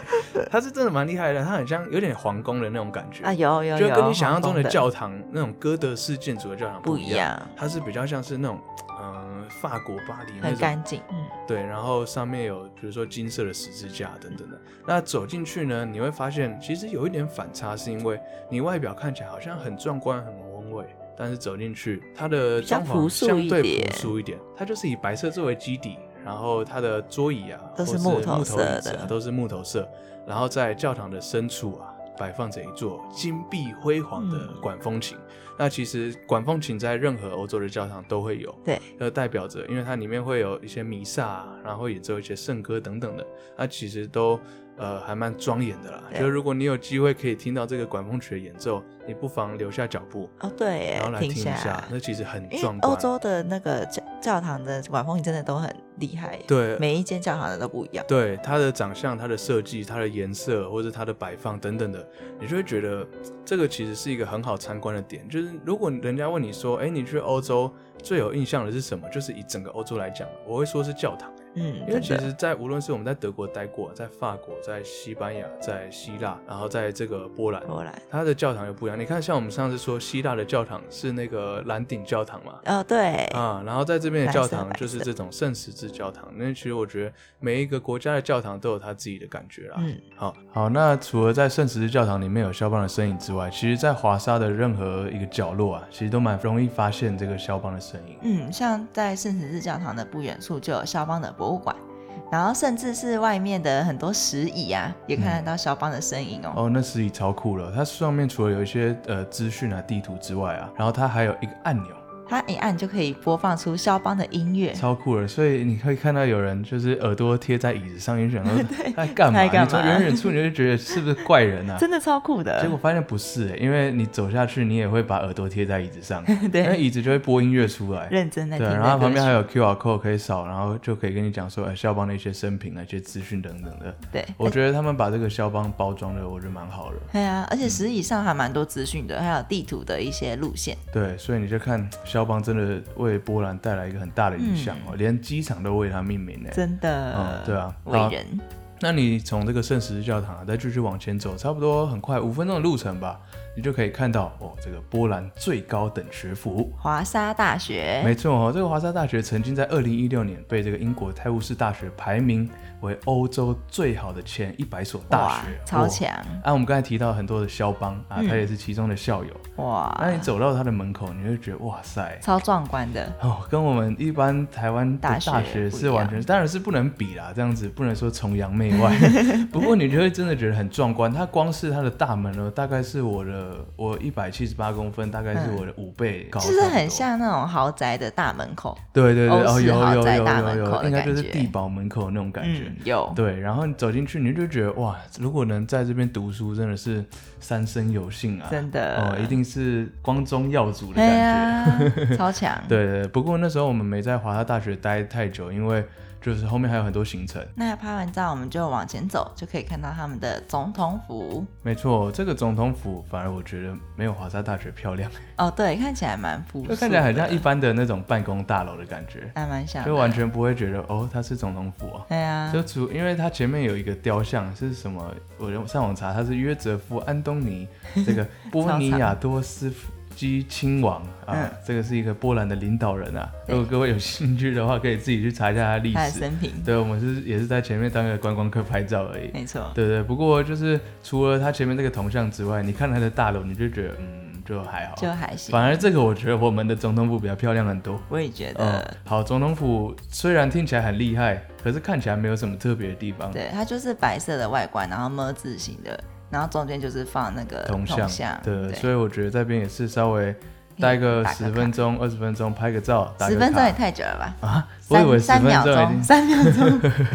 [SPEAKER 1] 他是真的蛮厉害的，他很像有点皇宫的那种感觉
[SPEAKER 2] 啊，有有
[SPEAKER 1] 就
[SPEAKER 2] 有，
[SPEAKER 1] 跟你想象中
[SPEAKER 2] 皇宫的
[SPEAKER 1] 教堂那种哥德式建筑的教堂
[SPEAKER 2] 不
[SPEAKER 1] 一
[SPEAKER 2] 一，样，
[SPEAKER 1] 它是比较像是那种嗯、呃法国巴黎那
[SPEAKER 2] 很
[SPEAKER 1] 种
[SPEAKER 2] 干净，嗯，
[SPEAKER 1] 对，然后上面有比如说金色的十字架等等的。那走进去呢，你会发现其实有一点反差，是因为你外表看起来好像很壮观、很宏伟，但是走进去它的
[SPEAKER 2] 比较
[SPEAKER 1] 装
[SPEAKER 2] 朴
[SPEAKER 1] 潢
[SPEAKER 2] 素
[SPEAKER 1] 相
[SPEAKER 2] 一
[SPEAKER 1] 对
[SPEAKER 2] 点
[SPEAKER 1] 朴素一点，它就是以白色作为基底，然后它的桌椅啊
[SPEAKER 2] 都
[SPEAKER 1] 或
[SPEAKER 2] 是
[SPEAKER 1] 是
[SPEAKER 2] 木
[SPEAKER 1] 木
[SPEAKER 2] 头
[SPEAKER 1] 头椅
[SPEAKER 2] 色
[SPEAKER 1] 子啊
[SPEAKER 2] 的
[SPEAKER 1] 都是木头色，然后在教堂的深处啊。摆放着一座金碧辉煌的
[SPEAKER 2] 嗯
[SPEAKER 1] 管风琴。那其实管风琴在任何欧洲的教堂都会有，
[SPEAKER 2] 对，
[SPEAKER 1] 呃，代表着，因为它里面会有一些弥撒、啊，然后会演奏一些圣歌等等的，它其实都呃还蛮庄严的啦。
[SPEAKER 2] 对
[SPEAKER 1] 就是如果你有机会可以听到这个管风曲的演奏，你不妨留下脚步，
[SPEAKER 2] 哦对耶
[SPEAKER 1] 然后，来听一
[SPEAKER 2] 下，
[SPEAKER 1] 下，那其实很
[SPEAKER 2] 因
[SPEAKER 1] 壮
[SPEAKER 2] 为
[SPEAKER 1] 观。
[SPEAKER 2] 欧洲的那个教教堂的管风琴真的都很厉害耶，
[SPEAKER 1] 对
[SPEAKER 2] 每一间教堂的都不一样，
[SPEAKER 1] 对它的长相、它的设计、它的颜色或者它的摆放等等的，你就会觉得这个其实是一个很好参观的点。就是如果人家问你说，哎，你去欧洲最有印象的是什么？就是以整个欧洲来讲，我会说是教堂。
[SPEAKER 2] 嗯，
[SPEAKER 1] 因为其
[SPEAKER 2] 真的
[SPEAKER 1] 实，在无论是我们在德国待过，在法国、在西班牙、在希腊，然后在这个波兰，
[SPEAKER 2] 波兰，
[SPEAKER 1] 它的教堂又不一样。你看，像我们上次说希腊的教堂是那个蓝顶教堂嘛，
[SPEAKER 2] 哦对，
[SPEAKER 1] 啊，然后在这边的教堂
[SPEAKER 2] 白色
[SPEAKER 1] 就是这种圣十字教堂。那其实我觉得每一个国家的教堂都有它自己的感觉啦。
[SPEAKER 2] 嗯，
[SPEAKER 1] 好好，那除了在圣十字教堂里面有肖邦的身影之外，其实在华沙的任何一个角落啊，其实都蛮容易发现这个肖邦的身影。
[SPEAKER 2] 嗯，像在圣十字教堂的不远处就有肖邦的博物馆，然后甚至是外面的很多石椅啊，也看得到肖邦的身影哦。
[SPEAKER 1] 嗯哦，那实体超酷了。它上面除了有一些呃资讯啊、地图之外啊，然后它还有一个按钮，
[SPEAKER 2] 它一按就可以播放出肖邦的音乐。
[SPEAKER 1] 超酷的，所以你可以看到有人就是耳朵贴在椅子上，你就想
[SPEAKER 2] [LAUGHS]
[SPEAKER 1] 说他在干嘛？
[SPEAKER 2] 他在干
[SPEAKER 1] 你从
[SPEAKER 2] 嘛
[SPEAKER 1] 远远处你就觉得是不是怪人啊？
[SPEAKER 2] [LAUGHS] 真的超酷的
[SPEAKER 1] 结，果发现不是、欸，因为你走下去，你也会把耳朵贴在椅子上，
[SPEAKER 2] [LAUGHS] 对
[SPEAKER 1] 那椅子就会播音乐出来。
[SPEAKER 2] 认真在
[SPEAKER 1] 对，啊
[SPEAKER 2] 听
[SPEAKER 1] 然后它
[SPEAKER 2] 的
[SPEAKER 1] 旁
[SPEAKER 2] 歌
[SPEAKER 1] 边还
[SPEAKER 2] 曲。
[SPEAKER 1] 有 QR code 可以扫，然后就可以跟你讲说，哎、肖邦的一些生平、啊、一些资讯等等的。
[SPEAKER 2] 对，
[SPEAKER 1] 我觉得他们把这个肖邦包装的，我觉得蛮好的。
[SPEAKER 2] 对啊，而且实以上还蛮多资讯的，还有地图的一些路线。
[SPEAKER 1] 对，所以你就看肖邦真的为波兰带来一个很大的影响哦，连机场都为他命名呢。
[SPEAKER 2] 嗯真的，
[SPEAKER 1] 嗯对啊
[SPEAKER 2] 伟
[SPEAKER 1] 好
[SPEAKER 2] 人，
[SPEAKER 1] 那你从这个圣十字教堂啊、再继续往前走，差不多很快五分钟的路程吧，你就可以看到哦，这个波兰最高等学府。
[SPEAKER 2] 华沙大学，
[SPEAKER 1] 没错哦，这个华沙大学曾经在二零一六年被这个英国泰晤士大学排名为欧洲最好的前一百所大
[SPEAKER 2] 哇
[SPEAKER 1] 学，，
[SPEAKER 2] 超嗯
[SPEAKER 1] 哇！
[SPEAKER 2] 强，
[SPEAKER 1] 啊，我们刚才提到很多的肖邦啊，他也是其中的校友。那
[SPEAKER 2] 哇，
[SPEAKER 1] 你走到他的门口，你会觉得哇塞，
[SPEAKER 2] 超壮观的，
[SPEAKER 1] 哦，跟我们一般台湾的
[SPEAKER 2] 大学
[SPEAKER 1] 大
[SPEAKER 2] 不
[SPEAKER 1] 学
[SPEAKER 2] 一
[SPEAKER 1] 是完全，当然是不能比啦，这样子不能说崇洋媚外。不过你就会真的觉得很壮观，它光是它的大门呢，大概是我的我一百七十八公分，大概是我的五倍高，
[SPEAKER 2] 就是
[SPEAKER 1] 差不
[SPEAKER 2] 很
[SPEAKER 1] 多。
[SPEAKER 2] 像那种豪宅的大门口，
[SPEAKER 1] 对对对，
[SPEAKER 2] 欧
[SPEAKER 1] 哦，
[SPEAKER 2] 式
[SPEAKER 1] 有
[SPEAKER 2] 豪
[SPEAKER 1] 有
[SPEAKER 2] 宅
[SPEAKER 1] 有
[SPEAKER 2] 大
[SPEAKER 1] 有
[SPEAKER 2] 门
[SPEAKER 1] 有，
[SPEAKER 2] 口的
[SPEAKER 1] 应该就是
[SPEAKER 2] 感觉
[SPEAKER 1] 地堡门口那种感觉
[SPEAKER 2] 嗯。，有，
[SPEAKER 1] 对，然后你走进去，你就觉得哇，如果能在这边读书，真的是三生有幸啊！
[SPEAKER 2] 真的
[SPEAKER 1] 哦，一定是光宗耀祖的
[SPEAKER 2] 对
[SPEAKER 1] 感觉。[LAUGHS]
[SPEAKER 2] 呀，超强，
[SPEAKER 1] 对对，不过那时候我们没在华沙大学待太久，因为就是后面还有很多行程。
[SPEAKER 2] 那拍完照，我们就往前走，就可以看到他们的总统府。
[SPEAKER 1] 没错，这个总统府反而我觉得没有华沙大学漂亮，
[SPEAKER 2] 哦，对，看起来蛮富
[SPEAKER 1] 就
[SPEAKER 2] 庶，
[SPEAKER 1] 看起来很像一，般的那种办公大楼的感觉，
[SPEAKER 2] 还蛮像的，
[SPEAKER 1] 就完全不会觉得哦，它是总统府啊。
[SPEAKER 2] 对啊，
[SPEAKER 1] 就主，因为它前面有一个雕像是什么？我上网查，它是约泽夫·安东
[SPEAKER 2] [LAUGHS]
[SPEAKER 1] 尼，这个波尼亚多斯基亲王啊，
[SPEAKER 2] 嗯
[SPEAKER 1] 这个是一个波兰的领导人啊。如
[SPEAKER 2] 对
[SPEAKER 1] 果各位有兴趣的话，可以自己去查一下他的历
[SPEAKER 2] 他的
[SPEAKER 1] 史。
[SPEAKER 2] 生平，
[SPEAKER 1] 对，我们是也是在前面当个观光客拍照而已。
[SPEAKER 2] 没错，
[SPEAKER 1] 对对，不过就是除了它前面这个铜像之外，你看它的大楼，你就觉得嗯，就还好。
[SPEAKER 2] 就还行
[SPEAKER 1] 反，而这个我觉得我们的总统府比较漂亮很多。
[SPEAKER 2] 我也觉
[SPEAKER 1] 嗯
[SPEAKER 2] 得，，
[SPEAKER 1] 好，总统府虽然听起来很厉害，可是看起来没有什么特别的地方。
[SPEAKER 2] 对，它就是白色的外观，然后么字形的，然后中间就是放那个
[SPEAKER 1] 铜
[SPEAKER 2] 像，
[SPEAKER 1] 像，
[SPEAKER 2] 对，
[SPEAKER 1] 所以我觉得这边也是稍微待个十分钟、二十分钟，拍个照，打个
[SPEAKER 2] 十分钟也
[SPEAKER 1] 卡。
[SPEAKER 2] 太久了吧？
[SPEAKER 1] 啊，我以为
[SPEAKER 2] 三
[SPEAKER 1] 十分
[SPEAKER 2] 三秒
[SPEAKER 1] 钟已
[SPEAKER 2] 钟，
[SPEAKER 1] 经
[SPEAKER 2] 三秒钟，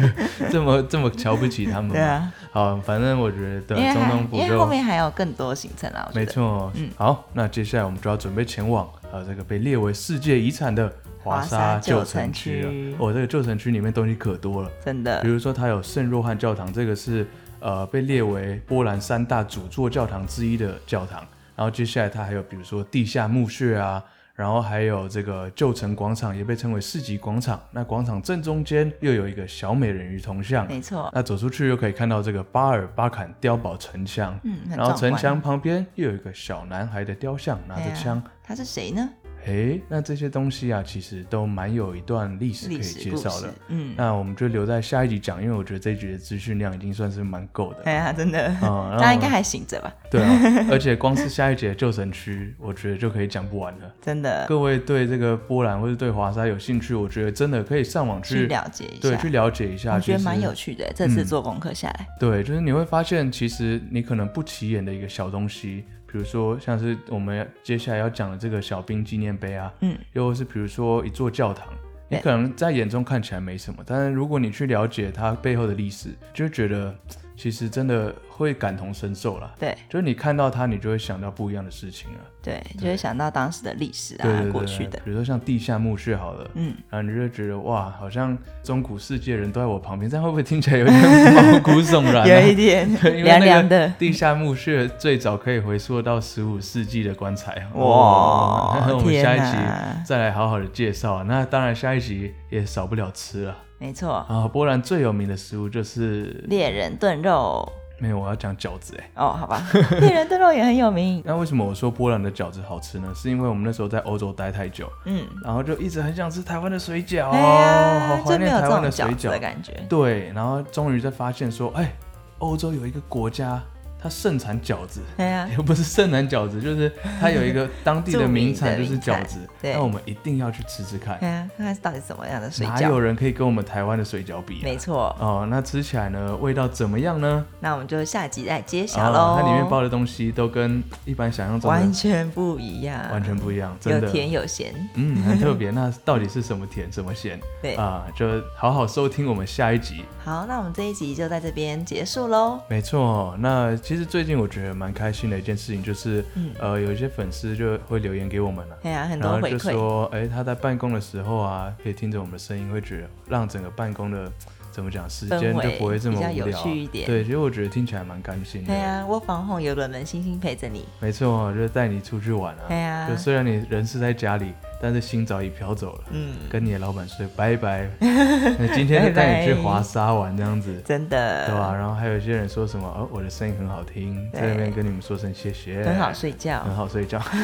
[SPEAKER 1] 这么这么瞧不起他们。
[SPEAKER 2] [LAUGHS] 对啊，
[SPEAKER 1] 好，反正我觉得
[SPEAKER 2] 因为
[SPEAKER 1] 总
[SPEAKER 2] 还
[SPEAKER 1] 统府
[SPEAKER 2] 啊因为
[SPEAKER 1] 就
[SPEAKER 2] 后面还有更多行程啊，我觉
[SPEAKER 1] 没
[SPEAKER 2] 得
[SPEAKER 1] 错，好，那接下来我们就要准备前往呃这个被列为世界遗产的华沙旧城区
[SPEAKER 2] 华沙旧城
[SPEAKER 1] 了
[SPEAKER 2] 区。
[SPEAKER 1] 哦，这个旧城区里面东西可多了，
[SPEAKER 2] 真的
[SPEAKER 1] 比，如说它有圣若翰教堂，这个是呃被列为波兰三大主座教堂之一的教堂。然后接下来它还有比如说地下墓穴啊，然后还有这个旧城广场，也被称为市集广场。那广场正中间又有一个小美人鱼铜像。
[SPEAKER 2] 没错，
[SPEAKER 1] 那走出去又可以看到这个巴尔巴坎碉堡城墙，
[SPEAKER 2] 嗯，很
[SPEAKER 1] 然后
[SPEAKER 2] 壮
[SPEAKER 1] 城
[SPEAKER 2] 观
[SPEAKER 1] 墙旁边又有一个小男孩的雕像，拿着枪。，
[SPEAKER 2] 对啊他是谁呢？
[SPEAKER 1] 诶，那这些东西啊，其实都蛮有一段历史可以
[SPEAKER 2] 历史
[SPEAKER 1] 介
[SPEAKER 2] 故
[SPEAKER 1] 绍
[SPEAKER 2] 事
[SPEAKER 1] 的。，
[SPEAKER 2] 嗯，
[SPEAKER 1] 那我们就留在下一集讲，因为我觉得这一集的资讯量已经算是蛮够的。
[SPEAKER 2] 哎呀，真的，
[SPEAKER 1] 嗯然后
[SPEAKER 2] 大家应该还醒着吧？
[SPEAKER 1] 对
[SPEAKER 2] [LAUGHS]
[SPEAKER 1] 啊，而且光是下一节旧城区，我觉得就可以讲不完了。
[SPEAKER 2] 真的
[SPEAKER 1] 各位对这个波兰或者对华沙有兴趣，我觉得真的可以上网
[SPEAKER 2] 去
[SPEAKER 1] 去
[SPEAKER 2] 了解一
[SPEAKER 1] 对
[SPEAKER 2] 下
[SPEAKER 1] 去，嗯了解一下，
[SPEAKER 2] 我觉得
[SPEAKER 1] 其实
[SPEAKER 2] 蛮有趣的。这次做功课下来，
[SPEAKER 1] 对，就是你会发现，其实你可能不起眼的一个小东西，比如说像是我们接下来要讲的这个小兵纪念碑啊，
[SPEAKER 2] 嗯，
[SPEAKER 1] 又或是比如说一座教堂，你
[SPEAKER 2] 对
[SPEAKER 1] 可能在眼中看起来没什么，但是如果你去了解它背后的历史，就觉得其实真的会感同身受啦。
[SPEAKER 2] 对
[SPEAKER 1] 就是你看到它，你就会想到不一样的事情了。啊
[SPEAKER 2] 对，就会想到当时的历史
[SPEAKER 1] 对对
[SPEAKER 2] 啊
[SPEAKER 1] 对，
[SPEAKER 2] 过去的，
[SPEAKER 1] 比如说像地下墓穴好了，
[SPEAKER 2] 嗯，
[SPEAKER 1] 然后你就会觉得哇，好像中古世界人都在我旁边，这样会不会听起来有点毛骨悚然、啊？
[SPEAKER 2] [LAUGHS] 有
[SPEAKER 1] [LAUGHS]
[SPEAKER 2] 一点
[SPEAKER 1] 对因为
[SPEAKER 2] 凉
[SPEAKER 1] 那
[SPEAKER 2] 凉
[SPEAKER 1] 个
[SPEAKER 2] 的。
[SPEAKER 1] 地下墓穴最早可以回溯到十五世纪的棺材。啊哦
[SPEAKER 2] 哇
[SPEAKER 1] 那我们
[SPEAKER 2] 天
[SPEAKER 1] 下一
[SPEAKER 2] 哪
[SPEAKER 1] 集再来好好的介绍。那当然，下一集也少不了吃了
[SPEAKER 2] 没错，
[SPEAKER 1] 啊。波兰最有名的食物就是，
[SPEAKER 2] 猎人炖肉
[SPEAKER 1] 没有，我要讲饺子哎。
[SPEAKER 2] 哦，
[SPEAKER 1] [LAUGHS]
[SPEAKER 2] 好吧，猎人炖肉也很有名。
[SPEAKER 1] 那为什么我说波兰的饺子好吃呢？是因为我们那时候在欧洲待太久，
[SPEAKER 2] 嗯，
[SPEAKER 1] 然后就一直很想吃台湾的水饺，
[SPEAKER 2] 哎呀
[SPEAKER 1] 哦好，怀
[SPEAKER 2] 就没
[SPEAKER 1] 念
[SPEAKER 2] 有这
[SPEAKER 1] 台湾
[SPEAKER 2] 种
[SPEAKER 1] 的水
[SPEAKER 2] 饺子
[SPEAKER 1] 饺
[SPEAKER 2] 的。感觉。
[SPEAKER 1] 对，然后终于在发现说，哎，欧洲有一个国家，它它盛产饺子，
[SPEAKER 2] 对
[SPEAKER 1] [LAUGHS]
[SPEAKER 2] 啊，
[SPEAKER 1] 又不是盛产饺子，就是它有一
[SPEAKER 2] [LAUGHS]
[SPEAKER 1] 个当地的
[SPEAKER 2] 著名
[SPEAKER 1] 名产
[SPEAKER 2] 的
[SPEAKER 1] 就是
[SPEAKER 2] 名
[SPEAKER 1] 饺
[SPEAKER 2] 菜
[SPEAKER 1] 子，
[SPEAKER 2] 对
[SPEAKER 1] 那我们一定要去吃吃看
[SPEAKER 2] 对。啊，看看到底是怎么样的 [LAUGHS] 水
[SPEAKER 1] 哪
[SPEAKER 2] 饺
[SPEAKER 1] 有。人可以跟我们台湾的水饺比、啊？
[SPEAKER 2] 没错，
[SPEAKER 1] 哦，那吃起来呢，味道怎么样呢？
[SPEAKER 2] 那我们就下集再揭晓喽、
[SPEAKER 1] 啊，它里面包的东西都跟一般想象中的
[SPEAKER 2] 完全不一样，
[SPEAKER 1] 完全不一样，真
[SPEAKER 2] 有
[SPEAKER 1] 的。
[SPEAKER 2] 甜有咸。
[SPEAKER 1] 嗯，很特别。那到底是什么甜，什么咸？
[SPEAKER 2] [LAUGHS] 对
[SPEAKER 1] 啊，就好好收听我们下一集。
[SPEAKER 2] 好，那我们这一集就在这边结束喽。
[SPEAKER 1] 没错，哦那其实最近我觉得蛮开心的一件事情，就是、
[SPEAKER 2] 嗯
[SPEAKER 1] 呃，有一些粉丝就会留言给我们了、啊
[SPEAKER 2] 哎呀、很
[SPEAKER 1] 然
[SPEAKER 2] 多
[SPEAKER 1] 后
[SPEAKER 2] 回
[SPEAKER 1] 就
[SPEAKER 2] 馈，
[SPEAKER 1] 说，哎、他在办公的时候啊，可以听着我们的声音，会觉得让整个办公的怎么讲，时间
[SPEAKER 2] 氛
[SPEAKER 1] 就
[SPEAKER 2] 围
[SPEAKER 1] 不会这么
[SPEAKER 2] 比较
[SPEAKER 1] 无
[SPEAKER 2] 有
[SPEAKER 1] 聊啊、
[SPEAKER 2] 趣一点
[SPEAKER 1] 对，其实我觉得听起来蛮甘心的。
[SPEAKER 2] 对呀、啊，我防红有人们星星陪着你，
[SPEAKER 1] 没错，哦就是带你出去玩啊。
[SPEAKER 2] 对呀
[SPEAKER 1] 就虽然你人是在家里，但是心早已飘走了。
[SPEAKER 2] 嗯，
[SPEAKER 1] 跟你的老板说拜
[SPEAKER 2] [LAUGHS]
[SPEAKER 1] 拜，那今天就带你去
[SPEAKER 2] 拜拜
[SPEAKER 1] 华沙玩这样子，
[SPEAKER 2] 真的，
[SPEAKER 1] 对啊吧、然后还有一些人说什么，哦，我的声音很好听，
[SPEAKER 2] 对
[SPEAKER 1] 在那边跟你们说声谢谢，
[SPEAKER 2] 很好，睡觉，
[SPEAKER 1] 很好睡觉， [LAUGHS]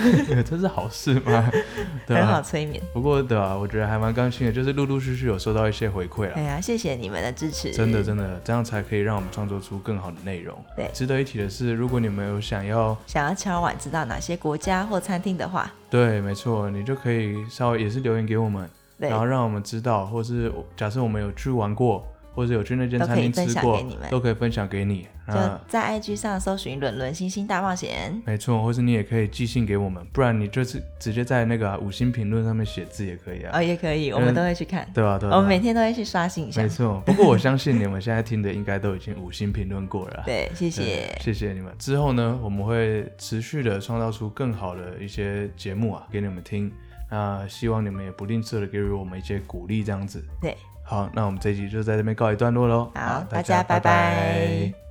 [SPEAKER 1] 这是好事吗？ [LAUGHS] 对啊吧、
[SPEAKER 2] 很好催眠。
[SPEAKER 1] 不过对吧、我觉得还蛮高兴的，就是陆陆续续有收到一些回馈
[SPEAKER 2] 哎
[SPEAKER 1] 啦。
[SPEAKER 2] 呀、谢谢你们的支持，
[SPEAKER 1] 真的，真的，这样才可以让我们创作出更好的内容。
[SPEAKER 2] 对
[SPEAKER 1] 值得一提的是，如果你们有想要
[SPEAKER 2] 想要敲碗知道哪些国家或餐厅的话，
[SPEAKER 1] 对，没错，你就可以稍微也是留言给我们，
[SPEAKER 2] 对
[SPEAKER 1] 然后让我们知道，或是假设我们有去玩过，或者有去那间
[SPEAKER 2] 都可
[SPEAKER 1] 餐
[SPEAKER 2] 以
[SPEAKER 1] 厅
[SPEAKER 2] 分
[SPEAKER 1] 吃
[SPEAKER 2] 享
[SPEAKER 1] 过
[SPEAKER 2] 给你，们
[SPEAKER 1] 都可以分享给你。
[SPEAKER 2] 就
[SPEAKER 1] 啊，
[SPEAKER 2] 在 IG 上搜寻“伦伦星星大冒险
[SPEAKER 1] 没错，或是你也可以寄信给我们，不然你就是直接在那个啊、五星评论上面写字也可以”，啊，
[SPEAKER 2] 哦，也哦可以，我们都会去看，
[SPEAKER 1] 对吧、啊对吧、
[SPEAKER 2] 我们每天都会去刷新一下
[SPEAKER 1] 没。错，不过我相信你们现在听的应该都已经五星评论过了啊。
[SPEAKER 2] 对，谢
[SPEAKER 1] 对，
[SPEAKER 2] 谢，
[SPEAKER 1] 谢谢你们。之后呢，我们会持续的创造出更好的一些节目啊，给你们听。那希望你们也不吝啬的给予我们一些鼓励，这样子。
[SPEAKER 2] 对。
[SPEAKER 1] 好，那我们这一集就在这边告一段落喽。
[SPEAKER 2] 好大家拜拜